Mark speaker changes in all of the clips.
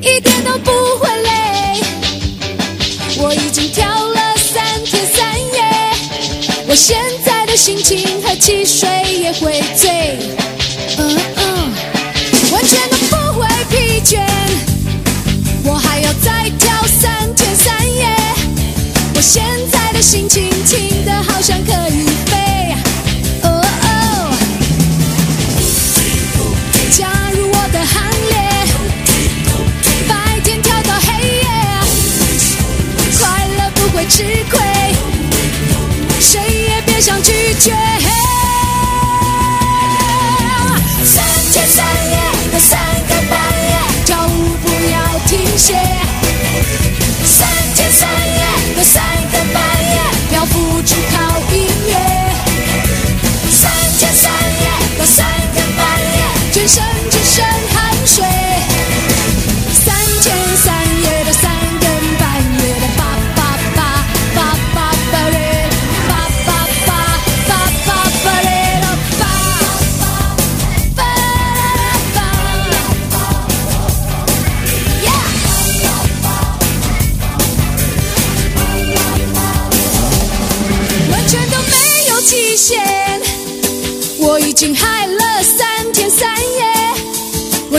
Speaker 1: 一点都不会累。我已经跳了三天三夜，我现在的心情和汽水也会醉，嗯嗯，完全都不会疲倦。我还要再跳三天三夜，我现在的心情轻的好像可以飞，哦哦。加入我的行列。白天跳到黑夜，快乐不会吃亏，谁也别想拒绝。三天三夜的三个半夜，跳舞不要停歇。三天三夜的三个半夜，漂浮只靠音乐。三天三夜到三更半夜，全身只剩汗水。三天三夜到三更半夜的叭叭叭叭叭叭嘞，叭叭叭叭叭叭嘞啦叭叭叭叭，yeah。完全都没有期限。我已经嗨了三天三夜，我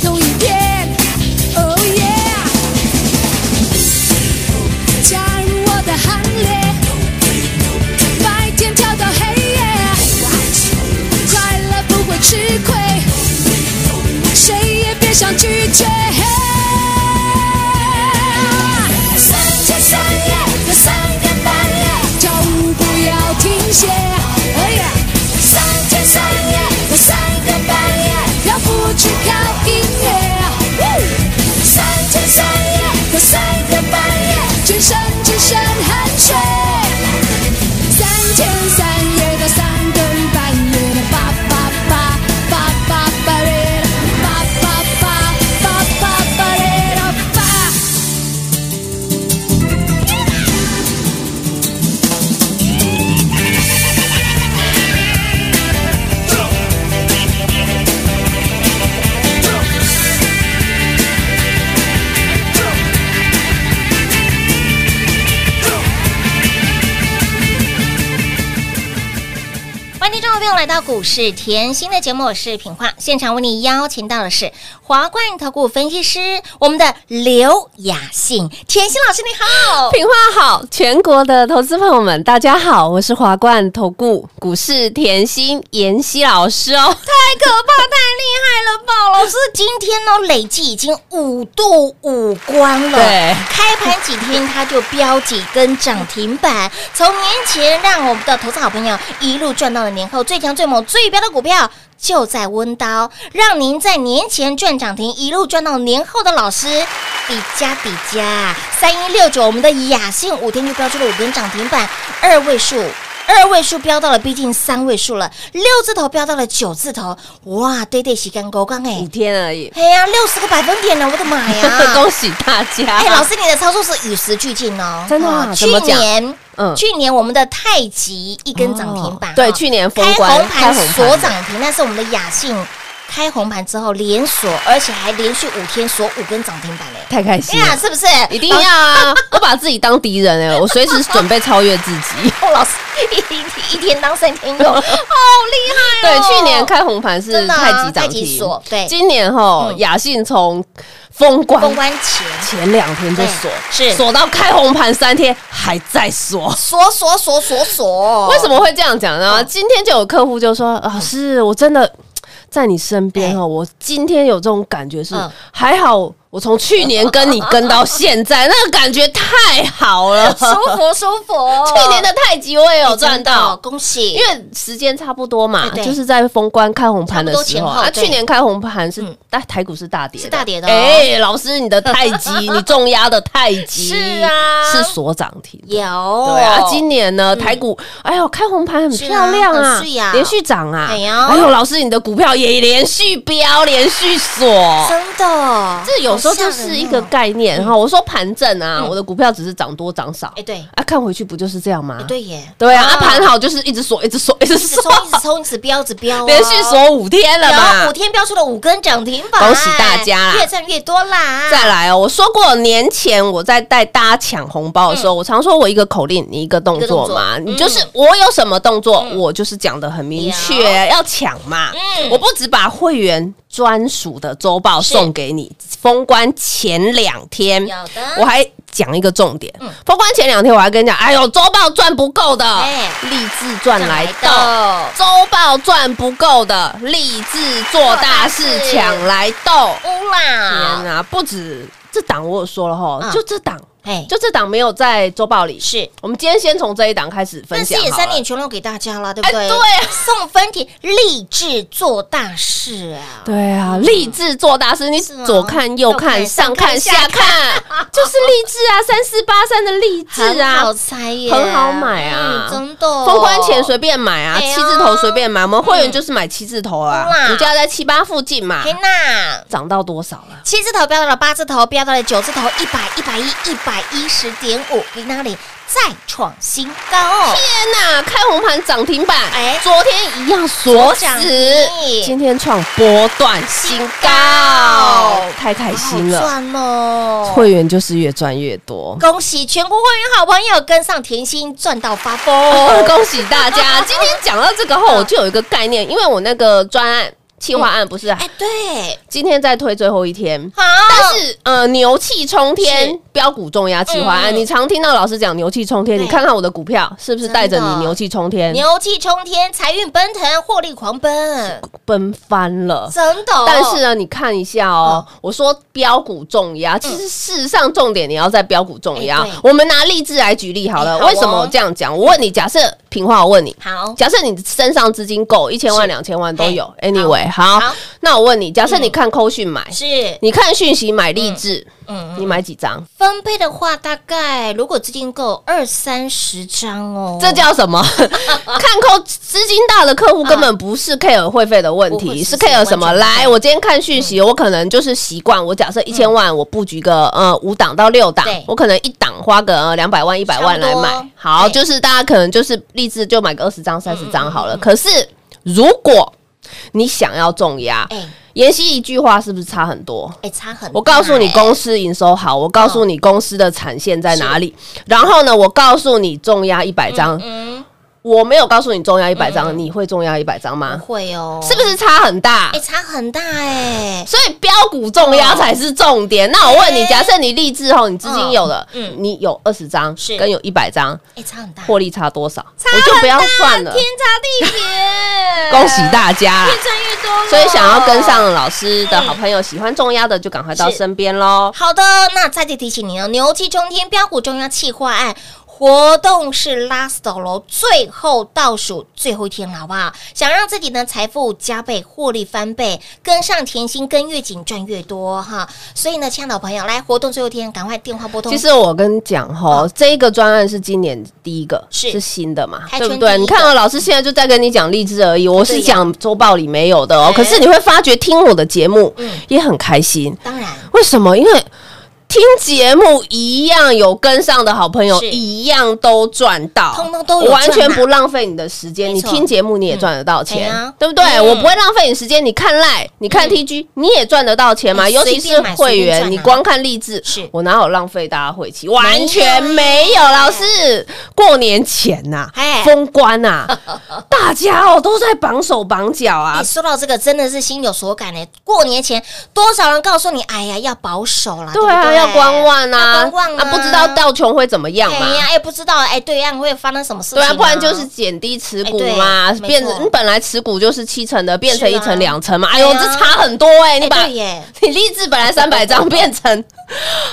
Speaker 1: 通影片。Oh yeah，加入我的行列。白天跳到黑夜，快乐不会吃亏，谁也别想拒绝。三天三夜到三更半夜，跳舞不要停歇。哎呀，三天三夜到三更半夜，要不只靠音乐。三天三夜到三更半夜，全身只剩汗水。三天三夜到三更半夜的叭叭叭叭叭叭嘞啦，叭叭叭叭叭叭嘞啦叭。
Speaker 2: 欢迎听众朋友来到股市甜心的节目，我是品化，现场为你邀请到的是华冠投顾分析师我们的刘雅信，甜心老师你好。
Speaker 3: 品话好，全国的投资朋友们，大家好，我是华冠投顾股市甜心妍希老 师哦。
Speaker 2: 太可怕，太厉害了吧！老师今天呢，累计已经五度五关了。
Speaker 3: 对
Speaker 2: 开盘几天它就飙几根涨停板，从年前让我们的投资好朋友一路赚到了年后最强、最猛、最标的股票。就在温刀，让您在年前赚涨停，一路赚到年后的老师，底加底加三一六九，我们的雅信五天就标出了五根涨停板，二位数二位数飙到了逼近三位数了，六字头飙到了九字头，哇，对对，洗干狗干哎
Speaker 3: 五，天而已，
Speaker 2: 哎呀，六十个百分点呢，我的妈哎 呀！
Speaker 3: 恭喜大家！
Speaker 2: 哎，老师，你的操作是与时俱进哦，
Speaker 3: 啊真的啊
Speaker 2: 哦去
Speaker 3: 怎么讲
Speaker 2: 年，
Speaker 3: 嗯
Speaker 2: 去年我们的太极一根涨停板哦，
Speaker 3: 哦对去年封
Speaker 2: 开
Speaker 3: 关
Speaker 2: 红
Speaker 3: 开红
Speaker 2: 盘
Speaker 3: 盘
Speaker 2: 锁涨停，那是我们的雅信开红盘之后连锁，而且还连续五天锁五根涨停板嘞，
Speaker 3: 太开
Speaker 2: 哎
Speaker 3: 心
Speaker 2: 呀，
Speaker 3: 了，
Speaker 2: 是不是？
Speaker 3: 一定要啊！我把自己当敌欸 人哎，我随时准备超越自己。
Speaker 2: 哦，老师一一一天当三天用哦，厉害
Speaker 3: 对
Speaker 2: 哦！，
Speaker 3: 去年开红盘是
Speaker 2: 真的啊
Speaker 3: 太极涨
Speaker 2: 太极
Speaker 3: 停
Speaker 2: 锁，对
Speaker 3: 今年吼
Speaker 2: 嗯
Speaker 3: 雅信从封关
Speaker 2: 公关前
Speaker 3: 前两天就
Speaker 2: 对
Speaker 3: 锁，
Speaker 2: 是
Speaker 3: 锁到开红盘三天还在锁。
Speaker 2: 锁锁锁锁锁，
Speaker 3: 为什么会这样讲呢？
Speaker 2: 嗯
Speaker 3: 今天就有客户就说：“老师，我真的在你身边
Speaker 2: 哎
Speaker 3: 哦，我今天有这种感觉是
Speaker 2: 嗯
Speaker 3: 还好，我从去年跟你跟到现在，那个感觉太好了。？
Speaker 2: 舒服舒服
Speaker 3: 去年的太极我也有赚
Speaker 2: 哎真的
Speaker 3: 到。”
Speaker 2: 恭喜！
Speaker 3: 因为时间差不多嘛，
Speaker 2: 对对
Speaker 3: 就是在封关开红盘的
Speaker 2: 差不多
Speaker 3: 时
Speaker 2: 前
Speaker 3: 候
Speaker 2: 后
Speaker 3: 啊。
Speaker 2: 对
Speaker 3: 去年开红盘是
Speaker 2: 嗯
Speaker 3: 大台股是大跌的，
Speaker 2: 是大跌的哦
Speaker 3: 哎，老师，你的太 极，你重压的太极
Speaker 2: 是啊
Speaker 3: 是所涨停的。
Speaker 2: 有
Speaker 3: 对啊，今年呢，台股，哎呦，开红盘很漂亮
Speaker 2: 哦嗯是啊
Speaker 3: 啊
Speaker 2: 很水啊，
Speaker 3: 连续涨啊，
Speaker 2: 哎
Speaker 3: 哎
Speaker 2: 呦
Speaker 3: 呦，老师，你的股票也连续飙，连续锁。
Speaker 2: 真的，
Speaker 3: 这有时候就
Speaker 2: 好吓人
Speaker 3: 是
Speaker 2: 哦
Speaker 3: 一个概念哈，我说盘正啊，
Speaker 2: 嗯
Speaker 3: 我的股票只是涨多涨少
Speaker 2: 哎，，对，
Speaker 3: 啊，看回去不就是这样吗
Speaker 2: 哎？对 耶，
Speaker 3: 对
Speaker 2: 啊
Speaker 3: 啊，啊盘好就是一直锁，一直锁，一直
Speaker 2: 一直
Speaker 3: 锁，
Speaker 2: 冲，一直冲，一直飙，一直飙哦，
Speaker 3: 连续锁五天了
Speaker 2: 有
Speaker 3: 嘛
Speaker 2: 五。天标出了五根涨停板，
Speaker 3: 恭喜大家啦
Speaker 2: 越赚越多啦！
Speaker 3: 再来哦，我说过年前我在带大家抢红包的时候，我常说我一个口令，你一个动作嘛，
Speaker 2: 嗯一个动作嗯
Speaker 3: 你就是我有什么动作，我就是讲的很明确，要抢嘛。
Speaker 2: 嗯
Speaker 3: 我不只把会员专属的周报送给你，封关前两天
Speaker 2: 有的，
Speaker 3: 我还。讲一个重点
Speaker 2: 嗯，
Speaker 3: 封关前两天我还跟你讲，哎呦，周报赚不够的
Speaker 2: 哎，
Speaker 3: 立志赚来的，
Speaker 2: 的，
Speaker 3: 周报赚不够的，立志做大事
Speaker 2: 做大事
Speaker 3: 抢来斗。
Speaker 2: 乌
Speaker 3: 天
Speaker 2: 啦，
Speaker 3: 啊，不止这档我有说了哈、
Speaker 2: 嗯
Speaker 3: 就这档，
Speaker 2: 哎，
Speaker 3: 就这档没有在周报里。
Speaker 2: 是，
Speaker 3: 我们今天先从这一档开始分
Speaker 2: 但是
Speaker 3: 享。
Speaker 2: 也三点。全都给大家了，对不
Speaker 3: 哎
Speaker 2: 对？
Speaker 3: 对啊
Speaker 2: 送分题，立志做大事啊！
Speaker 3: 对啊，立志做大事，你
Speaker 2: 是吗
Speaker 3: 左看右看，
Speaker 2: 右看
Speaker 3: 上看
Speaker 2: 上看
Speaker 3: 下看，就是励志 啊，三四八三的励志
Speaker 2: 很好
Speaker 3: 啊，
Speaker 2: 猜耶，
Speaker 3: 很好买啊
Speaker 2: 嗯真的。
Speaker 3: 封关前随便买啊，
Speaker 2: 哎呀
Speaker 3: 七字头随便买，我们会员
Speaker 2: 嗯
Speaker 3: 就是买七字头啊
Speaker 2: 哇，
Speaker 3: 股价在七八附近嘛
Speaker 2: 嘿，娜，
Speaker 3: 涨到多少了？
Speaker 2: 七字头飙到了八字头，飙到了九字头，一百一百一一百一十点五，你那里再创新高哦！
Speaker 3: 天呐，开红盘涨停板，
Speaker 2: 哎
Speaker 3: 昨天一样锁死
Speaker 2: 昨天，
Speaker 3: 今天创波段新
Speaker 2: 新高
Speaker 3: 高，太开心
Speaker 2: 哎好
Speaker 3: 了。
Speaker 2: 赚哦！
Speaker 3: 会员就是越赚越多。
Speaker 2: 恭喜全国会员好朋友跟上甜心赚到发疯，
Speaker 3: 哦， 恭喜大 家！今天讲到这个
Speaker 2: 嗯
Speaker 3: 后，我就有一个概念，因为我那个专案企划案不是啊
Speaker 2: 哎，对，
Speaker 3: 今天在推最后一天，
Speaker 2: 好，
Speaker 3: 但是呃，牛气冲天
Speaker 2: 哦是，
Speaker 3: 标股重压企划案，
Speaker 2: 嗯嗯
Speaker 3: 你常听到老师讲牛气冲天，
Speaker 2: 对
Speaker 3: 你看看我的股票是不是带着
Speaker 2: 真的
Speaker 3: 你牛气冲天，
Speaker 2: 牛气冲天，财运奔腾，获利狂奔，
Speaker 3: 奔翻了？
Speaker 2: 真的哦。嗯
Speaker 3: 但是呢，你看一下哦，我说标股重压，其实事实上重点你要在标股重
Speaker 2: 哎
Speaker 3: 压
Speaker 2: 对。
Speaker 3: 我们拿励志来举例好
Speaker 2: 哎
Speaker 3: 了，
Speaker 2: 好哦哦
Speaker 3: 为什么我这样讲？我问你，假设平花，我问你。
Speaker 2: 好，
Speaker 3: 假设你身上资金够一千万、两千万都有
Speaker 2: 嘿
Speaker 3: ，anyway，好
Speaker 2: 哎好嗯
Speaker 3: 那我问你，假设你看扣讯买，
Speaker 2: 是
Speaker 3: 你看讯息买励志，
Speaker 2: 嗯
Speaker 3: 你买几张？
Speaker 2: 分配的话，大概如果资金够二三十张哦，
Speaker 3: 这叫 什么？看扣资金大的客户根本不是 care 会费的问
Speaker 2: 啊不会
Speaker 3: 题，
Speaker 2: 是
Speaker 3: 是 care 什么？
Speaker 2: 完全不
Speaker 3: 来，我今天看讯
Speaker 2: 嗯
Speaker 3: 息，我可能就是习惯，我假设一千万，我布局个呃五档到六档
Speaker 2: 对，
Speaker 3: 我可能一档花个呃两百万、一百万
Speaker 2: 差
Speaker 3: 来
Speaker 2: 不多
Speaker 3: 买。好，
Speaker 2: 对
Speaker 3: 就是大家可能就是立志就买个二十张、三十张好
Speaker 2: 嗯
Speaker 3: 了。可是如果你想要重压，
Speaker 2: 哎
Speaker 3: 妍希一句话是不是差很多？
Speaker 2: 哎差很大哎，哎
Speaker 3: 我告诉你公司营收好，我告诉你公司的产线在哪里，然后呢，我告诉你重压一百张，
Speaker 2: 嗯
Speaker 3: 我没有告诉你重压一百张，你会重压一百张
Speaker 2: 不
Speaker 3: 吗？
Speaker 2: 会嗯哦，
Speaker 3: 啊是不是差很大
Speaker 2: 哎？差很大哎，
Speaker 3: 所以标股重压才是重点。那我问你，
Speaker 2: 哎
Speaker 3: 假设你励志后，你资金有了，
Speaker 2: 嗯
Speaker 3: 你有二十张
Speaker 2: 是，
Speaker 3: 跟有一百张，
Speaker 2: 哎差很大，
Speaker 3: 获利差多少？我就不要算了。
Speaker 2: 天差地别，
Speaker 3: 恭喜大 家啦！
Speaker 2: 越赚越多了，
Speaker 3: 所以想要跟上老师的好朋友，喜欢重压的就赶快到
Speaker 2: 嗯是
Speaker 3: 身边喽。
Speaker 2: 好的，那再次提醒您哦，牛气冲天标股中央企划案。活动是 last 喽，最后倒数最后一天了，好不好？想让自己的财富加倍、获利翻倍，跟上甜心，跟越紧赚越多哈。所以呢，亲爱的朋友，来活动最后一天，赶快电话拨通。
Speaker 3: 其实我跟你讲哈，这一个专案是今年第一个，
Speaker 2: 是
Speaker 3: 新的嘛，
Speaker 2: 开春
Speaker 3: 对不
Speaker 2: 第
Speaker 3: 对？
Speaker 2: 一
Speaker 3: 你看
Speaker 2: 个
Speaker 3: 啊，老师现在就在跟你讲励志而已，我
Speaker 2: 对
Speaker 3: 是
Speaker 2: 呀
Speaker 3: 讲周报里没有的哦
Speaker 2: 哎。
Speaker 3: 可是你会发觉听我的节目
Speaker 2: 嗯
Speaker 3: 也很开心，
Speaker 2: 当然
Speaker 3: 为什么？因为听节目一样有跟上的好朋友，
Speaker 2: 是
Speaker 3: 一样都赚到，
Speaker 2: 通通都有
Speaker 3: 完全
Speaker 2: 赚啊
Speaker 3: 不浪费你的时间。
Speaker 2: 没
Speaker 3: 你
Speaker 2: 错
Speaker 3: 听节目你也赚得到钱，
Speaker 2: 哎呀
Speaker 3: 对不对？
Speaker 2: 嗯
Speaker 3: 我不会浪费你时间。你看赖，你看 TG，、你也赚得到钱嘛？
Speaker 2: 你
Speaker 3: 尤
Speaker 2: 嗯随
Speaker 3: 其
Speaker 2: 便
Speaker 3: 是
Speaker 2: 买
Speaker 3: 会
Speaker 2: 随便
Speaker 3: 员，
Speaker 2: 赚啊
Speaker 3: 你光看励志，
Speaker 2: 是
Speaker 3: 我哪有浪费大家晦气？完全没
Speaker 2: 没
Speaker 3: 有。
Speaker 2: 有
Speaker 3: 老师，过年前呐、
Speaker 2: 哎
Speaker 3: 封关 呐、大家哦都在绑手绑脚啊
Speaker 2: 哎，，说到这个，真的是心有所感呢。欸过年前，多少人告诉你，哎呀，要保守啦，
Speaker 3: 对啊，
Speaker 2: 不对
Speaker 3: 要观望啊，
Speaker 2: 要观望
Speaker 3: 不知道道琼会怎么样嘛
Speaker 2: 哎。呀，哎，不知道哎，对岸会发生什么事情？
Speaker 3: 对啊，不然就是减低持股嘛
Speaker 2: 哎，对
Speaker 3: 变
Speaker 2: 没错
Speaker 3: 你本来持股就是七成的，变成一
Speaker 2: 是啊
Speaker 3: 成两成嘛。哎
Speaker 2: 对
Speaker 3: 呦，
Speaker 2: 啊
Speaker 3: 这差很多哎！你
Speaker 2: 哎，
Speaker 3: 把
Speaker 2: 对
Speaker 3: 你
Speaker 2: 耶，
Speaker 3: 励志本来三百张 变成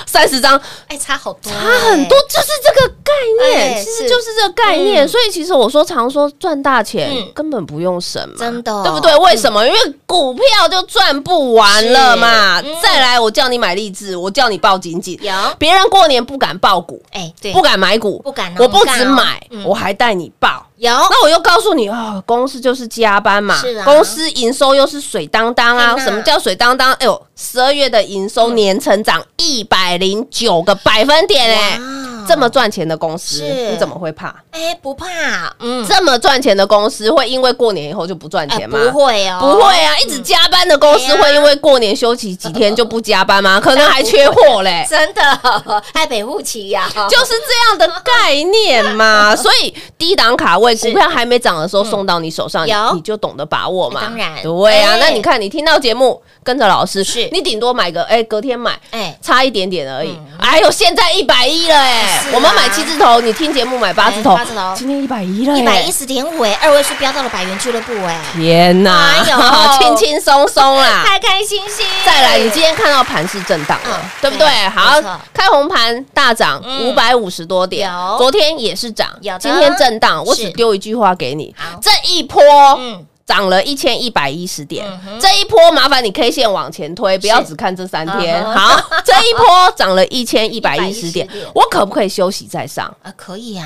Speaker 3: 三十张，
Speaker 2: 哎，差好多，欸
Speaker 3: 差很多，，就是这个概
Speaker 2: 哎
Speaker 3: 念，其实
Speaker 2: 是
Speaker 3: 就是这个概念。
Speaker 2: 嗯
Speaker 3: 所以其实我说常说赚大钱
Speaker 2: 嗯
Speaker 3: 根本不用省嘛，
Speaker 2: 真的哦
Speaker 3: 对不对？为什么？因为股票就赚不完了嘛
Speaker 2: 是嗯。
Speaker 3: 再来，我叫你买励志，我叫你抱紧紧，
Speaker 2: 有，
Speaker 3: 别人过年不敢报股，
Speaker 2: 哎，对，
Speaker 3: 不敢买股，
Speaker 2: 不敢哦
Speaker 3: 我不
Speaker 2: 不敢
Speaker 3: 止
Speaker 2: 哦
Speaker 3: 买，
Speaker 2: 嗯
Speaker 3: 我还带你报。
Speaker 2: 有，
Speaker 3: 那我又告诉你啊、公司就是加班嘛，
Speaker 2: 是啊
Speaker 3: 公司营收又是水当当啊
Speaker 2: 天。哪
Speaker 3: 什么叫水当当？哎呦，十二月的营
Speaker 2: 嗯
Speaker 3: 收年成长一百零九个百分点哎、
Speaker 2: 哇哦
Speaker 3: 这么赚钱的公司，
Speaker 2: 是
Speaker 3: 你怎么会怕？
Speaker 2: 哎不怕，嗯，
Speaker 3: 这么赚钱的公司会因为过年以后就不赚
Speaker 2: 哎
Speaker 3: 钱
Speaker 2: 不
Speaker 3: 吗？
Speaker 2: 会哦，
Speaker 3: 不会啊，一直加班的公司
Speaker 2: 哎呀
Speaker 3: 会因为过年休息几天就不加班吗？可能还缺货嘞。
Speaker 2: 真的， 还北户奇呀，
Speaker 3: 就是这样的概念 嘛。所以低档卡位股票还没涨的时候送到你手上，
Speaker 2: 有
Speaker 3: 你你就懂得把握嘛。
Speaker 2: 当然
Speaker 3: 对啊
Speaker 2: 哎。
Speaker 3: 那你看，你听到节目，跟着老师，
Speaker 2: 是
Speaker 3: 你顶多买个哎，隔天买。
Speaker 2: 哎，
Speaker 3: 差一点点而已
Speaker 2: 嗯，
Speaker 3: 哎呦，现在一百一了哎
Speaker 2: 是啊！
Speaker 3: 我们买七字头，你听节目买八字头
Speaker 2: 哎八字头，
Speaker 3: 今天一百一了，
Speaker 2: 一百一，十点五，哎，二位数飙到了百元俱乐部，哎，
Speaker 3: 天哪
Speaker 2: 哎，呦
Speaker 3: 轻轻松 松啦！
Speaker 2: 开开心心，
Speaker 3: 再来，你今天看到盘是震荡了，
Speaker 2: 嗯
Speaker 3: 对不对
Speaker 2: 对？
Speaker 3: 好
Speaker 2: 没错，
Speaker 3: 开红盘大涨五
Speaker 2: 嗯
Speaker 3: 百五十多点
Speaker 2: 有，
Speaker 3: 昨天也是涨
Speaker 2: 有的，
Speaker 3: 今天震荡。我
Speaker 2: 是
Speaker 3: 只丢一句话给你
Speaker 2: 好，
Speaker 3: 这一波。
Speaker 2: 嗯，
Speaker 3: 涨了一千一百一十点
Speaker 2: 嗯，哼
Speaker 3: 这一波麻烦你 K 线往前推，不要只看这三天。
Speaker 2: 嗯哼
Speaker 3: 好， 这一波涨了一千一百一十点
Speaker 2: 110点，
Speaker 3: 我可不可以休息再上？
Speaker 2: 啊，可以啊，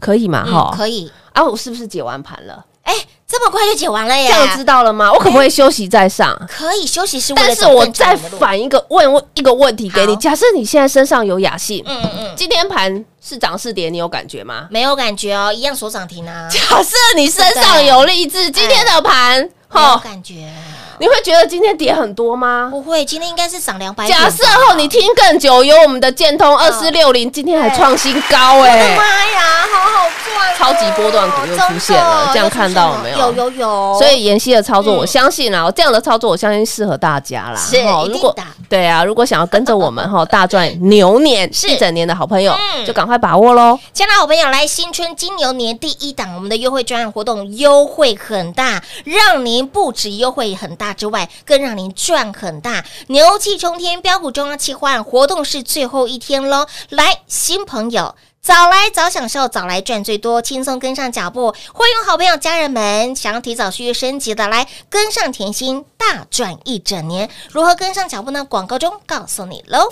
Speaker 3: 可以吗？
Speaker 2: 嗯，
Speaker 3: 哈，
Speaker 2: 可以，
Speaker 3: 啊，我是不是解完盘了？
Speaker 2: 哎，这么快就解完了耶，
Speaker 3: 这样知道了吗？我可不可以休息再上？
Speaker 2: 可以休息是为了
Speaker 3: 但是
Speaker 2: 走
Speaker 3: 我
Speaker 2: 更
Speaker 3: 再
Speaker 2: 长的路，
Speaker 3: 反一个问问一个问题给你：
Speaker 2: 好
Speaker 3: 假设你现在身上有雅信，
Speaker 2: 嗯嗯嗯，
Speaker 3: 今天盘是涨是跌，你有感觉吗？
Speaker 2: 没有感觉哦，一样锁涨停啊，
Speaker 3: 假设你身上有励志，今天的盘，
Speaker 2: 没啊哎有
Speaker 3: 吼，
Speaker 2: 感觉，啊
Speaker 3: 你会觉得今天跌很多吗？
Speaker 2: 不会，今天应该是涨两百，
Speaker 3: 假设后你听更久，有我们的建
Speaker 2: 嗯
Speaker 3: 通二四六零，今天还创新高哎、
Speaker 2: 妈呀，好好赚哦！
Speaker 3: 超级波段股又出现了
Speaker 2: 真的
Speaker 3: 这样看到了没有
Speaker 2: 有有有，
Speaker 3: 所以妍希的操作，
Speaker 2: 嗯
Speaker 3: 我相信啊，这样的操作我相信适合大家啦。
Speaker 2: 是
Speaker 3: 吼
Speaker 2: 一定
Speaker 3: 如果
Speaker 2: 的
Speaker 3: 对啊，如果想要跟着我 们哈大赚牛年一整年的好朋友，
Speaker 2: 嗯
Speaker 3: 就赶快把握喽。
Speaker 2: 亲爱的好朋友，来新春金牛年第一档，我们的优惠专案活动优惠很大，让您不止优惠很大之外，更让您赚很大。牛气冲天，标股中央企划案活动是最后一天喽！来，新朋友。早来早享受，早来赚最多，轻松跟上脚步。欢迎好朋友、家人们，想要提早续约升级的，来跟上甜心，大赚一整年。如何跟上脚步呢？广告中告诉你喽。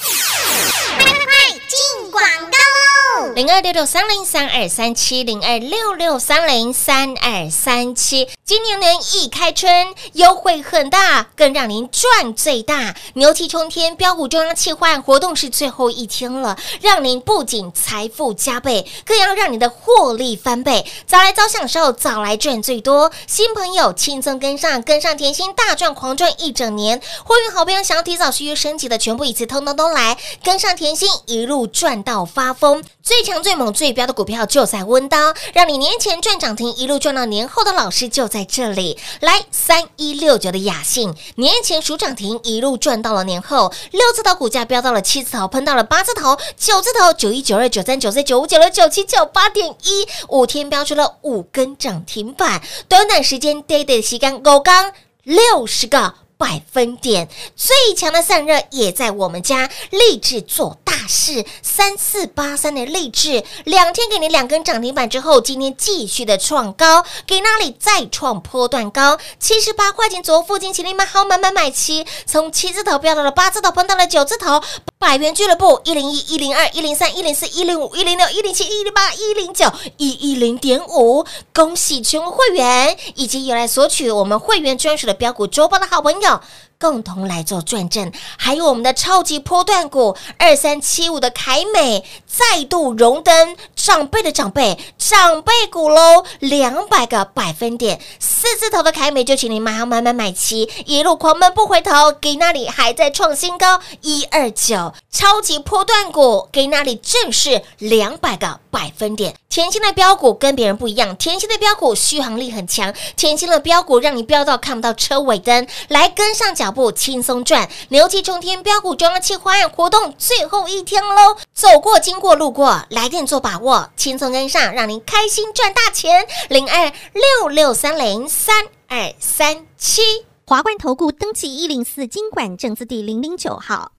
Speaker 2: 零二六六三零三二三七零二六六三零三二三七。今年年一开春，优惠很大，更让您赚最大。牛气冲天，标股中央气换活动是最后一天了，让您不仅财富加倍，更要让你的获利翻倍。早来早享受，早来赚最多。新朋友轻松跟上，跟上甜心大赚狂赚一整年。会员好朋友想要提早续约升级的，全部一次通通都来，跟上甜心一路赚到发疯。最强、最猛、最标的股票就在温刀，让你年前赚涨停，一路赚到年后的老师就在这里。来，三一六九的雅信，年前数涨停，一路赚到了年后，六字头股价飙到了七字头，喷到了八字头、九字头，九一、九二、九三、九四、九五、九六、九七、九八点一，五天飙出了五根涨停板，短短时间，day day 的吸干狗刚六十个。百分点最强的散热也在我们家，立志做大事，三四八三的立志，两天给你两根涨停板之后，今天继续的创高，给那里再创波段高，七十八块钱左右附近，请你们好买买买齐，从七字头飙到了八字头，碰到了九字头。百元俱乐部一零一、一零二、一零三、一零四、一零五、一零六、一零七、一零八、一零九、一一零点五。恭喜全国会员以及有来索取我们会员专属的标股周报的好朋友。共同来做转正，还有我们的超级波段股二三七五的凯美再度荣登长辈的长辈长辈股喽，两百个百分点，四字头的凯美就请你马上买买买齐，一路狂奔不回头，给那里还在创新高一二九，超级波段股给那里正是两百个百分点，甜心的标股跟别人不一样，甜心的标股续航力很强，甜心的标股让你飙到看不到车尾灯，来跟上脚步，轻松赚。牛气冲天标股中央企划案活动最后一天喽，走过、经过、路过，来电做把握，轻松跟上，让您开心赚大钱。零二六六三零三二三七。
Speaker 4: 华冠投顾登记一零四经管证字第零零九号。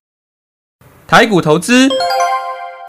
Speaker 5: 台股投资，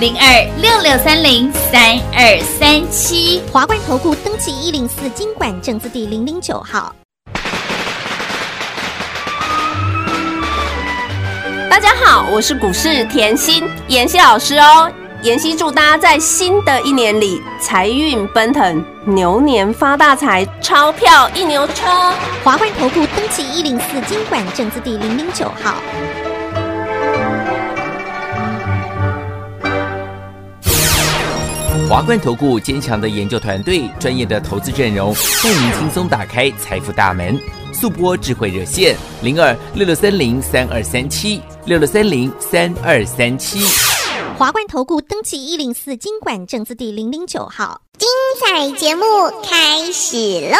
Speaker 6: 零二六六三零三二三七。
Speaker 4: 华冠投顾登记一零四经管证字第零零九号。
Speaker 3: 大家好，我是股市甜心妍希老师哦。妍希祝大家在新的一年里财运奔腾，牛年发大财，钞票一牛车。
Speaker 4: 华冠投顾登记一零四经管证字第零零九号。
Speaker 7: 华冠投顾坚强的研究团队，专业的投资阵容，带您轻松打开财富大门。速播智慧热线零二六六三零三二三七六六三零三二三七。
Speaker 4: 华冠投顾登记一零四经管证字第零零九号。
Speaker 8: 彩节目开始喽！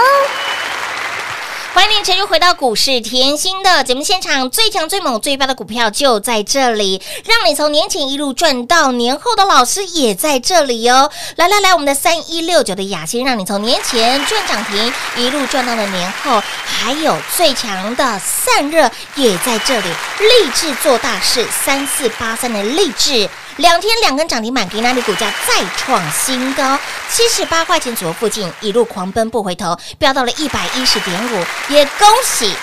Speaker 2: 欢迎您持续回到股市甜心的节目现场，最强、最猛、最棒的股票就在这里，让你从年前一路赚到年后的老师也在这里哦。来来来，我们的三一六九的雅欣，让你从年前赚涨停一路赚到了年后，还有最强的散热也在这里，立志做大事三四八三的励志。两天两根涨停板，给那里股价再创新高，七十八块钱左右附近，一路狂奔不回头，飙到了一百一十点五，也恭喜。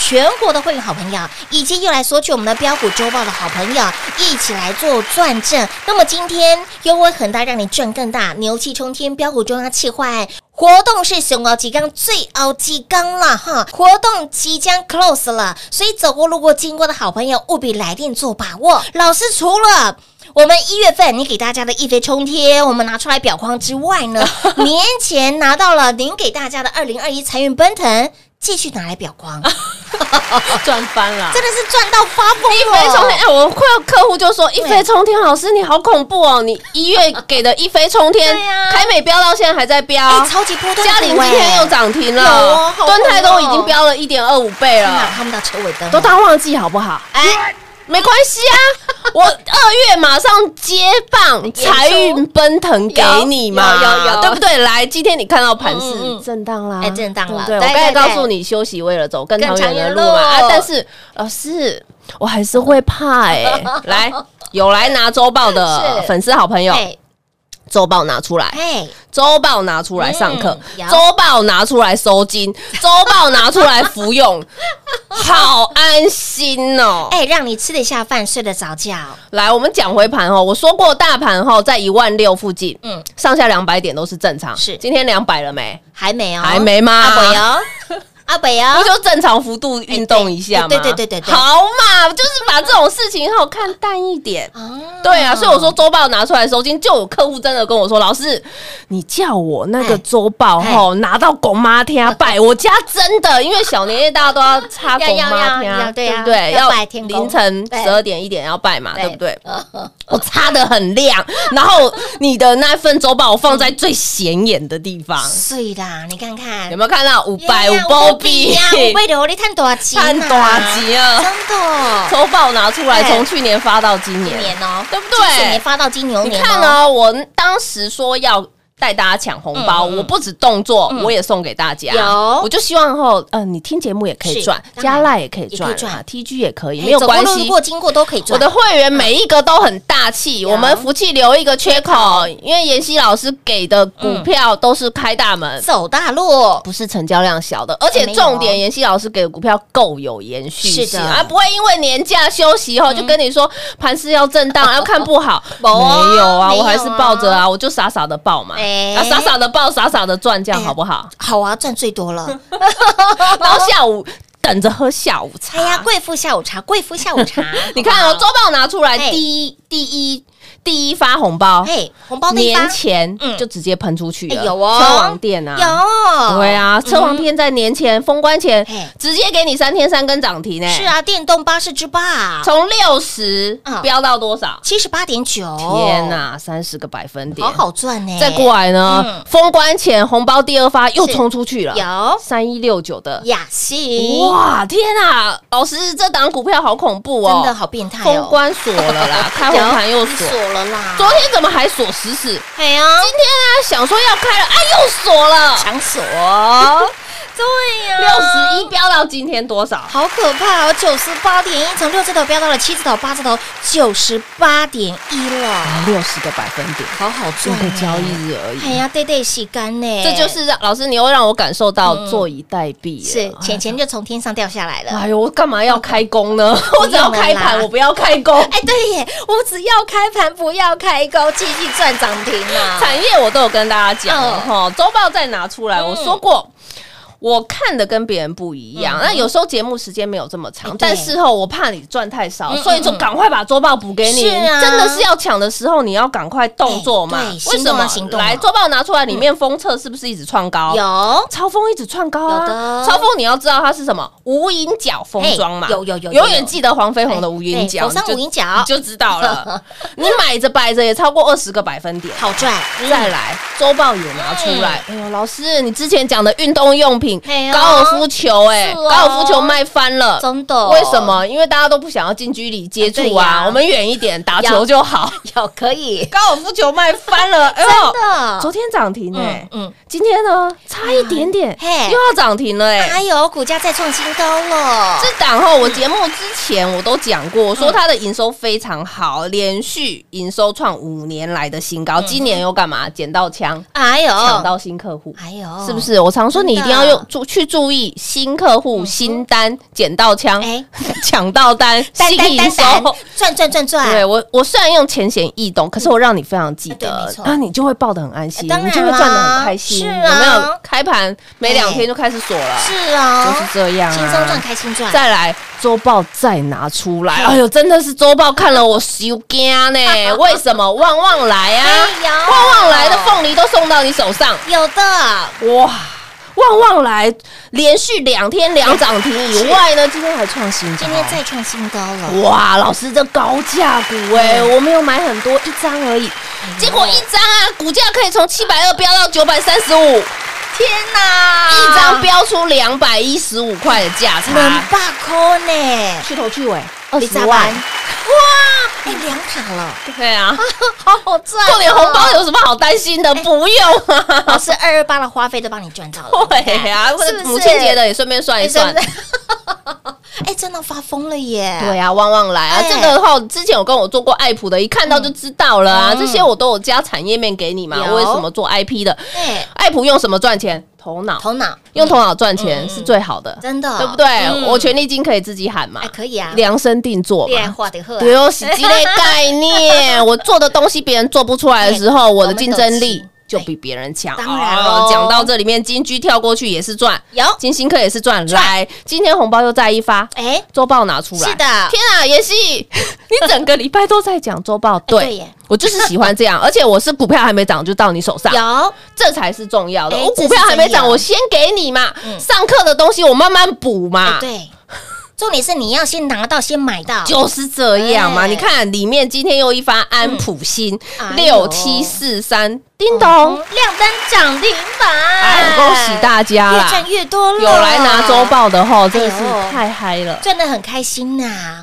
Speaker 2: 全国的会员好朋友，以及又来索取我们的标股周报的好朋友，一起来做转正。那么今天优惠很大，让你赚更大，牛气冲天，标股中央气坏。活动是熊熬鸡缸最熬鸡缸了哈，活动即将 close 了，所以走过路过经过的好朋友务必来电做把握。老师除了我们一月份你给大家的一飞冲天，我们拿出来表框之外 呢，年前拿到了您给大家的二零二一财运奔腾，继续拿来表 框。
Speaker 3: 赚翻了
Speaker 2: 真的是赚到发疯
Speaker 3: 一飞冲
Speaker 2: 了
Speaker 3: 天！。哎，我快有客户就说一飞冲天，老师你好恐怖哦！你一月给的一飞冲天
Speaker 2: 对啊，
Speaker 3: 凯美飙到现在还在飙，
Speaker 2: 哎，超级波段股
Speaker 3: 嘉玲今
Speaker 2: 哎
Speaker 3: 天又涨停
Speaker 2: 有哦
Speaker 3: 了
Speaker 2: 好，
Speaker 3: 敦泰
Speaker 2: 恐怖
Speaker 3: 都
Speaker 2: 哦
Speaker 3: 已经飙了一点二五倍
Speaker 2: 天哪
Speaker 3: 了，
Speaker 2: 他们到车尾灯了
Speaker 3: 都当旺季好不好？
Speaker 2: 哎，
Speaker 3: 没关系 啊，我二月马上接棒财运奔腾给你嘛，
Speaker 2: 有有有有
Speaker 3: 对不对？来，今今天你看到盘
Speaker 2: 嗯嗯
Speaker 3: 市
Speaker 2: 嗯
Speaker 3: 震荡啦，
Speaker 2: 哎震荡了
Speaker 3: 对不
Speaker 2: 对
Speaker 3: 对？
Speaker 2: 对
Speaker 3: 我刚才
Speaker 2: 对
Speaker 3: 告诉你，休息为了走更长远的路
Speaker 2: 更长
Speaker 3: 嘛，
Speaker 2: 远
Speaker 3: 啊
Speaker 2: 路，
Speaker 3: 但是老师，我还是会怕哎， 来。有来拿周报的
Speaker 2: 是
Speaker 3: 粉丝好朋友，
Speaker 2: 哎
Speaker 3: 周报拿出来，
Speaker 2: 哎，
Speaker 3: 周报拿出来上课，
Speaker 2: 嗯有
Speaker 3: 周报拿出来收金，周报拿出来服 用，好安心哦。
Speaker 2: 哎，让你吃得下饭，睡得着觉。
Speaker 3: 来，我们讲回盘哦。我说过，大盘哦在一万六附近，
Speaker 2: 嗯
Speaker 3: 嗯，上下两百点都是正常。
Speaker 2: 是
Speaker 3: 今天两百了没？
Speaker 2: 还没哦，
Speaker 3: 还没啊吗
Speaker 2: 阿北哦，阿北
Speaker 3: 不
Speaker 2: 哦，
Speaker 3: 就正常幅度运动一下吗？
Speaker 2: 哎对对对对对对
Speaker 3: 好嘛，就是把这种事情好看淡一点。
Speaker 2: 啊
Speaker 3: 对啊，所以我说周报拿出来收金，就有客户真的跟我说：“老师，你叫我那
Speaker 2: 哎
Speaker 3: 个周报吼拿到拱妈天拜，我家真的，因为小年夜大家都要 插
Speaker 2: 要
Speaker 3: 拱妈
Speaker 2: 要
Speaker 3: 天
Speaker 2: 要
Speaker 3: 啊，
Speaker 2: 对啊
Speaker 3: 不对？
Speaker 2: 要拜天公
Speaker 3: 凌晨
Speaker 2: 对
Speaker 3: 十二点一点要拜嘛，对不 对？
Speaker 2: 呃
Speaker 3: 我擦的很亮，然后你的那份周报我放在最显眼的地 方，
Speaker 2: 碎啦，你看看
Speaker 3: 有没有看到五百五
Speaker 2: 呀
Speaker 3: 包
Speaker 2: 比
Speaker 3: 币
Speaker 2: 呀？五 倍流，你探多少钱？
Speaker 3: 看大，吉 啊！
Speaker 2: 真的，
Speaker 3: 周报拿出来，
Speaker 2: 对
Speaker 3: 从去年发到今
Speaker 2: 今
Speaker 3: 年，
Speaker 2: 年哦，
Speaker 3: 对不
Speaker 2: 金水年
Speaker 3: 对？
Speaker 2: 发到金牛
Speaker 3: 你
Speaker 2: 年，
Speaker 3: 看，哦，我当时说要带大家抢红包，
Speaker 2: 嗯嗯
Speaker 3: 我不止动作，
Speaker 2: 嗯
Speaker 3: 我也送给大家。
Speaker 2: 有
Speaker 3: 我就希望后，嗯，你听节目也可以
Speaker 2: 是
Speaker 3: 赚，
Speaker 2: 当然
Speaker 3: 加赖也可以
Speaker 2: 也可以
Speaker 3: 赚
Speaker 2: 赚
Speaker 3: 啊，TG 也可以，
Speaker 2: 嘿
Speaker 3: 没有
Speaker 2: 走过
Speaker 3: 关
Speaker 2: 路
Speaker 3: 系
Speaker 2: 过。经过都可以
Speaker 3: 我
Speaker 2: 赚。嗯
Speaker 3: 的会员每一个都很大气，
Speaker 2: 有
Speaker 3: 我们福气留一个缺口，
Speaker 2: 嗯
Speaker 3: 因为妍希老师给的股票都是开大门，
Speaker 2: 走大路，
Speaker 3: 不是成交量小的，而且
Speaker 2: 没有啊
Speaker 3: 重点，妍希老师给的股票够有延续性
Speaker 2: 是的嗯
Speaker 3: 啊，不会因为年假休息后就跟你说盘势要震 荡，要看不好，
Speaker 2: 没啊没
Speaker 3: 没有啊，
Speaker 2: 有啊
Speaker 3: 我还是抱着啊，我就傻傻的抱嘛，
Speaker 2: 哎
Speaker 3: 啊，傻傻的抱，傻傻的赚，这样好不好？
Speaker 2: 好啊，赚最多了。
Speaker 3: 然后下午等着喝下午茶，
Speaker 2: 哎，呀，贵妇下午茶，贵妇下午茶
Speaker 3: 你看哦，
Speaker 2: 好不
Speaker 3: 周
Speaker 2: 好
Speaker 3: 报拿出来，
Speaker 2: 哎
Speaker 3: 第一第一第一发红包，
Speaker 2: 嘿，红包那一发
Speaker 3: 年前
Speaker 2: 嗯
Speaker 3: 就直接喷出去了，
Speaker 2: 哎有哦
Speaker 3: 车王店啊，
Speaker 2: 有，
Speaker 3: 对啊，车王片在年前封关前
Speaker 2: 嘿
Speaker 3: 直接给你三天三根涨停呢。
Speaker 2: 是，啊，电动巴士之霸，
Speaker 3: 从六十
Speaker 2: 嗯
Speaker 3: 飙到多少？
Speaker 2: 七十八点九，
Speaker 3: 天，哪，三十个百分点，
Speaker 2: 哦好好赚呢。
Speaker 3: 再过来呢
Speaker 2: 嗯，
Speaker 3: 封关前红包第二发又冲出去了，
Speaker 2: 有
Speaker 3: 三一六九的，
Speaker 2: 雅欣，
Speaker 3: 哇，天啊！老师，这档股票好恐怖哦，
Speaker 2: 真的好变态哦，
Speaker 3: 封关锁了 啦，开红盘又锁。
Speaker 2: 锁了啦，
Speaker 3: 昨天怎么还锁死死？
Speaker 2: 哎呀，
Speaker 3: 今天啊，想说要开了，哎，又锁了。
Speaker 2: 强锁，哦 对呀，
Speaker 3: 六十一飙到今天多少？
Speaker 2: 好可怕哦！九十八点一，从六字头飙到了七字头、八字头，九十八点一了，
Speaker 3: 六十个百分点，
Speaker 2: 好好
Speaker 3: 就
Speaker 2: 赚、
Speaker 3: 个
Speaker 2: 欸！
Speaker 3: 交易日而
Speaker 2: 哎
Speaker 3: 已。
Speaker 2: 呀，对对，洗干呢，
Speaker 3: 啊这就是哎让老师，你又让我感受到坐以待毙了。
Speaker 2: 是钱钱就从天上掉下来了。
Speaker 3: 哎呦，我干嘛要开工呢？ 我只要
Speaker 2: 不
Speaker 3: 开
Speaker 2: 用了
Speaker 3: 盘，
Speaker 2: 哦啦
Speaker 3: 我不要开工。
Speaker 2: 哎，对耶，我只要开盘，不要开高，继续赚涨停啊！
Speaker 3: 产业我都有跟大家讲了哈，周报再拿出来，
Speaker 2: 嗯
Speaker 3: 我说过。我看的跟别人不一样，那有时候节目时间没有这么
Speaker 2: 哎
Speaker 3: 长
Speaker 2: 嗯对，
Speaker 3: 但事后我怕你赚太少，
Speaker 2: 嗯
Speaker 3: 所以就赶快把周报补给
Speaker 2: 是
Speaker 3: 你。
Speaker 2: 啊
Speaker 3: 真的是要抢的时候，你要赶快动作嘛
Speaker 2: 哎对。
Speaker 3: 为
Speaker 2: 行
Speaker 3: 什
Speaker 2: 动啊
Speaker 3: 么
Speaker 2: 行？动啊
Speaker 3: 来，周报拿出来，里面封测是不是一直创高？
Speaker 2: 有
Speaker 3: 超风一直创
Speaker 2: 有
Speaker 3: 高啊
Speaker 2: 的！
Speaker 3: 超风你要知道它是什么无影脚封装嘛，
Speaker 2: 嘿有有有有
Speaker 3: 永远记得黄飞鸿的无影
Speaker 2: 哎
Speaker 3: 脚，
Speaker 2: 哎手上
Speaker 3: 你就
Speaker 2: 无影脚
Speaker 3: 你就知道 了。你买着摆着也超过二十个百分点，
Speaker 2: 好赚，
Speaker 3: 再来周报也拿出来。哎呦，老师，你之前讲的运动用
Speaker 2: 嗯
Speaker 3: 品
Speaker 2: 嘿、哦
Speaker 3: 高尔夫球，哎，
Speaker 2: 是哦
Speaker 3: 高尔夫球卖翻了。
Speaker 2: 真的？哦
Speaker 3: 为什？么？因为大家都不想要近距离接
Speaker 2: 哎
Speaker 3: 触
Speaker 2: 对呀
Speaker 3: 啊，我们远一点打
Speaker 2: 要
Speaker 3: 球 就好。
Speaker 2: 有可以？
Speaker 3: 高尔夫球卖翻了，哎呦，
Speaker 2: 真的？
Speaker 3: 昨天涨停哎
Speaker 2: 嗯，嗯，
Speaker 3: 今天呢，差一点点，
Speaker 2: 啊嘿
Speaker 3: 又要涨停了哎、
Speaker 2: 还有股价再创新高了，
Speaker 3: 这档后，我节目之前我都讲过，我说它的营收非常好，连续营收创五年来的新
Speaker 2: 嗯
Speaker 3: 高。今年又干嘛？捡到枪，
Speaker 2: 哎呦，
Speaker 3: 抢到新客户，
Speaker 2: 哎呦，
Speaker 3: 是不？是？我常说你一定要
Speaker 2: 真
Speaker 3: 用
Speaker 2: 的嗯
Speaker 3: 注去注意新客户、新单，捡到枪
Speaker 2: 哎，
Speaker 3: 抢到单，
Speaker 2: 单
Speaker 3: 新
Speaker 2: 单
Speaker 3: 营
Speaker 2: 单
Speaker 3: 收。
Speaker 2: 单，赚赚赚赚！
Speaker 3: 对我，我虽然用浅显易懂，可是我让你非常记
Speaker 2: 嗯啊对
Speaker 3: 得
Speaker 2: 没，错
Speaker 3: 那你就会抱得很安心，
Speaker 2: 当然
Speaker 3: 你就会赚得
Speaker 2: 啦
Speaker 3: 很开心，
Speaker 2: 是
Speaker 3: 有
Speaker 2: 啊
Speaker 3: 没有？开盘没两
Speaker 2: 对
Speaker 3: 天就开始锁了，
Speaker 2: 是啊，
Speaker 3: 就是这样啊，
Speaker 2: 轻松赚，开心赚。
Speaker 3: 再来周报再拿出来，哎呦，真的是周报看了我羞惊呢。为什么旺旺来啊
Speaker 2: 哎呦？
Speaker 3: 旺旺来的凤梨都送到你手上，
Speaker 2: 有的
Speaker 3: 哇！旺旺来连续两天两涨停以外呢，今天还创新高，
Speaker 2: 今天再创新高了，
Speaker 3: 哇，老师这高价股哎、
Speaker 2: 嗯
Speaker 3: 我没有买很多，一张而已，结果一张啊，股价可以从七百二飙到九百三十五，
Speaker 2: 天哪
Speaker 3: 一张飙出两百一十五块的价
Speaker 2: 两
Speaker 3: 差，
Speaker 2: 百块呢，
Speaker 3: 去头去尾
Speaker 2: 二
Speaker 3: 二十万。
Speaker 2: 哇，哎，两卡 了，
Speaker 3: 对啊，
Speaker 2: 好好赚哦
Speaker 3: 过年红包有什么好担心的？
Speaker 2: 哎
Speaker 3: 不用啊。
Speaker 2: 老师二二八的花费都帮你赚到 了，
Speaker 3: 对啊，
Speaker 2: 是不是
Speaker 3: 母亲节的也顺便算一
Speaker 2: 哎真
Speaker 3: 算
Speaker 2: 的。，哎，真的 发疯了耶！
Speaker 3: 对啊，旺旺来啊！
Speaker 2: 哎
Speaker 3: 这个后之前有跟我做过爱普的，一看到就知道了啊。
Speaker 2: 嗯
Speaker 3: 这些我都有加产业面给你嘛。
Speaker 2: 有
Speaker 3: 为什么做 IP 的？
Speaker 2: 哎，
Speaker 3: 爱普用什么赚钱？头脑，
Speaker 2: 头脑
Speaker 3: 用头脑赚钱
Speaker 2: 嗯
Speaker 3: 是最好的，
Speaker 2: 真的
Speaker 3: 对不对？
Speaker 2: 嗯
Speaker 3: 我权利金可以自己喊嘛
Speaker 2: 哎，可以啊，
Speaker 3: 量身定做
Speaker 2: 恋爱
Speaker 3: 嘛。
Speaker 2: 化的喝，
Speaker 3: 对哦，是 这类概念。我做的东西别人做不出来的时候，我的竞争力就比别人强。
Speaker 2: 当然咯
Speaker 3: 哦讲到这里面，金居跳过去也是赚，
Speaker 2: 有
Speaker 3: 金星科也是赚。来，今天红包又再一发，
Speaker 2: 哎，
Speaker 3: 周报拿出来。
Speaker 2: 是的，
Speaker 3: 天啊，妍希，你整个礼拜都在讲周报，对。
Speaker 2: 哎对耶
Speaker 3: 我就是喜欢这样，而且我是股票还没涨就到你手 上，
Speaker 2: 有
Speaker 3: 这才是重要的。
Speaker 2: 哎
Speaker 3: 我
Speaker 2: 这
Speaker 3: 股
Speaker 2: 是
Speaker 3: 票还没
Speaker 2: 真
Speaker 3: 涨，
Speaker 2: 的
Speaker 3: 我先给你嘛。
Speaker 2: 嗯
Speaker 3: 上课的东西我慢慢补嘛
Speaker 2: 哎，，对，重点是你要先拿到，先买到，
Speaker 3: 就是这样嘛。
Speaker 2: 哎
Speaker 3: 你看里面今天又一发安普新
Speaker 2: 哎呦嗯
Speaker 3: 六七四三叮咚，
Speaker 2: 亮灯涨停板，
Speaker 3: 哎，恭喜大家
Speaker 2: 越
Speaker 3: 啦！
Speaker 2: 赚越多了，
Speaker 3: 有来拿周，报的吼，真的是
Speaker 2: 哎呦
Speaker 3: 太嗨了。
Speaker 2: 赚的很开心呐。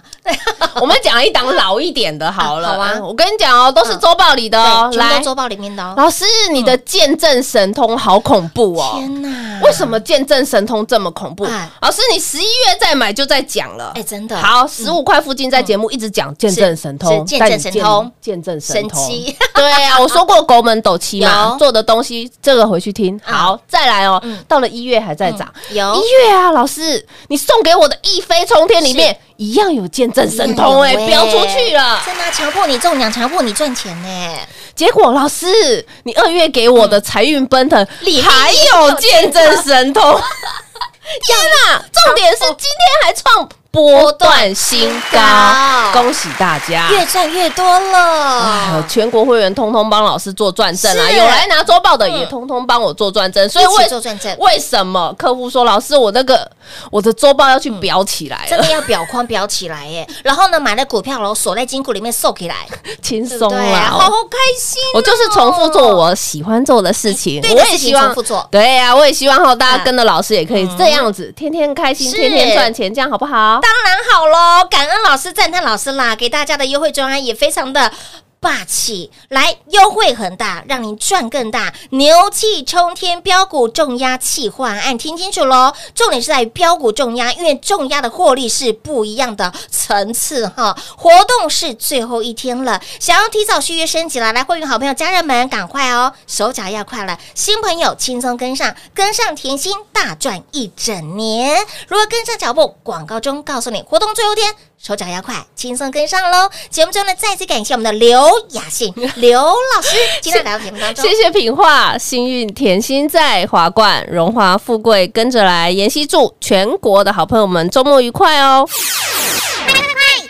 Speaker 3: 我们讲一档老一点的，好了。
Speaker 2: 好啊
Speaker 3: 我跟你讲哦，都是周报里的哦。
Speaker 2: 对，全部
Speaker 3: 来
Speaker 2: 都，周报里面的哦。
Speaker 3: 老师，你的见证神通好恐怖哦！
Speaker 2: 天哪，
Speaker 3: 为什么见证神通这么恐怖
Speaker 2: 嗯哎？
Speaker 3: 老师，你十一月再买就在讲了。
Speaker 2: 哎，真的嗯
Speaker 3: 好，十五块附近在节目一直讲见证神通，
Speaker 2: 是是
Speaker 3: 带你
Speaker 2: 见证神通
Speaker 3: 见见证神
Speaker 2: 神
Speaker 3: 通。
Speaker 2: 奇
Speaker 3: 对啊，我说过狗门斗七嘛
Speaker 2: 有，
Speaker 3: 做的东西这个回去听。好，再来哦
Speaker 2: 嗯，
Speaker 3: 到了一月还在涨。
Speaker 2: 有
Speaker 3: 一月啊，老师，你送给我的一飞冲天里面一样有见证神通哎、
Speaker 2: 有欸
Speaker 3: 飙出去了。
Speaker 2: 真的啊强迫你中奖，强迫你赚钱呢。
Speaker 3: 结果老师，你二月给我的
Speaker 2: 嗯
Speaker 3: 财运奔腾，还有见证 神通。天哪、重点是今天还创波段新高，恭喜大家！
Speaker 2: 越赚越多
Speaker 3: 啊哎
Speaker 2: 了，
Speaker 3: 全国会员通通帮老师做转正啊，
Speaker 2: 是嗯
Speaker 3: 有来拿周报的也通通帮我做转正，所以
Speaker 2: 一起
Speaker 3: 为
Speaker 2: 做转正
Speaker 3: 为什么客户说老师我那个我的周报要去裱起来
Speaker 2: 真
Speaker 3: 了，
Speaker 2: 的要表框裱起来耶。然后呢，买了股票，然后锁在金库里面收起来，
Speaker 3: 轻
Speaker 2: 对
Speaker 3: 松
Speaker 2: 不对？
Speaker 3: 啦，
Speaker 2: 好开心哦。
Speaker 3: 我就是重复做我喜欢做的事情，
Speaker 2: 对
Speaker 3: 我
Speaker 2: 的
Speaker 3: 也
Speaker 2: 事
Speaker 3: 希
Speaker 2: 情重
Speaker 3: 望
Speaker 2: 复做。
Speaker 3: 对呀、我也希望哈，大
Speaker 2: 啊
Speaker 3: 家跟着老师也可以这样子，天天开心，
Speaker 2: 是
Speaker 3: 天天赚钱，这样好不好？
Speaker 2: 当然好喽，感恩老师、赞叹老师啦，给大家的优惠专案也非常的。霸气来，优惠很大，让您赚更大。牛气冲天，标股重压气换案，听清楚喽！重点是在于标股重压，因为重压的获利是不一样的层次哈。活动是最后一天了，想要提早续约升级了，来会员好朋友、家人们赶快哦，手脚要快了。新朋友轻松跟上，跟上甜心大赚一整年。如何跟上脚步？广告中告诉你，活动最后一天，手脚要快，轻松跟上喽！节目中呢，再次感谢我们的刘雅信刘老师，今天来到节目当中
Speaker 3: 谢。谢品画，幸运甜心在华冠，荣华富贵跟着来。妍希祝全国的好朋友们周末愉快哦！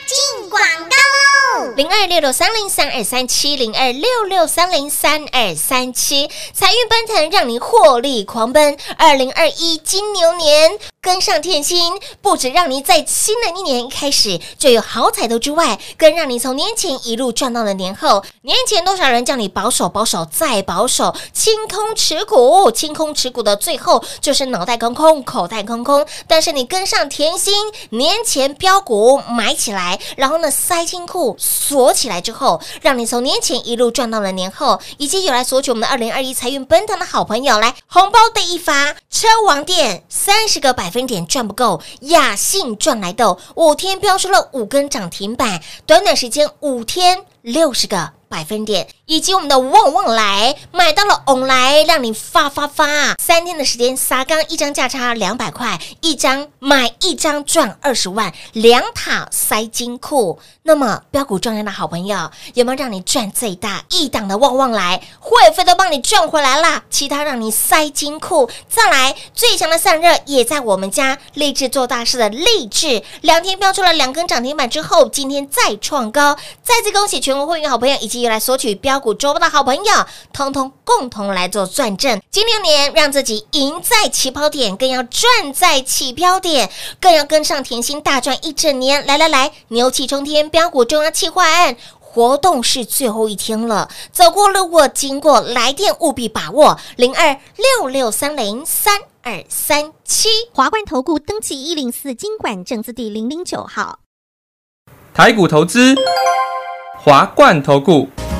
Speaker 9: 进广告喽！
Speaker 2: 零二六六三零三二三七零二六六三零三二三七，财运奔腾，让您获利狂奔。二零二一金牛年跟上天心，不止让您在新的一年开始就有好彩头之外，更让你从年前一路赚到了年后。年前多少人叫你保守、保守再保守，清空持股，清空持股的最后就是脑袋空空、口袋空空。但是你跟上甜心，年前标股买起来，然后呢塞金库锁起来之后，让你从年前一路赚到了年后，以及有来索取我们的二零二一财运奔腾的好朋友，来红包的一发，车王店三十个百分点赚不够，雅信赚来的五天标出了五根涨停板，短短时间五天六十个。百分点，以及我们的旺旺来买到了翁来，让你发发发！三天的时间，撒刚一张价差两百块，一张买一张赚二十万，两塔塞金库。那么标股庄园的好朋友，有没有让你赚最大一档的旺旺来？会费都帮你赚回来啦，其他让你塞金库。再来，最强的散热也在我们家，立志做大事的立志，两天标出了两根涨停板之后，今天再创高，再次恭喜全国会员好朋友以及有来索取标股周报的好朋友，通通共同来做转正。今六年让自己赢在起跑点，更要赚在起标点，更要跟上甜心大赚一整年。来来来，牛气冲天，标股中央气化案。活动是最后一天了，走过路过经过来电务必把握零二六六三零三二三七。
Speaker 10: 华冠投顾登记一零四经管证字第零零九号。
Speaker 7: 台股投资，华冠投顾。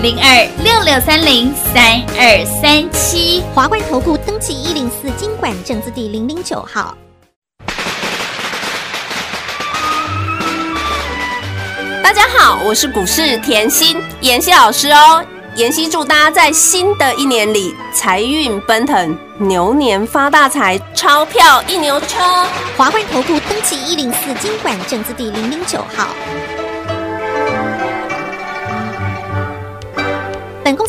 Speaker 6: 零二六六三零三二三七。
Speaker 10: 华冠投顾登记一零四经管证字第零零九号。
Speaker 11: 大家好，我是股市甜心妍希老师哦。妍希祝大家在新的一年里财运奔腾，牛年发大财，钞票一牛车。
Speaker 10: 华冠投顾登记一零四经管证字第零零九号。本公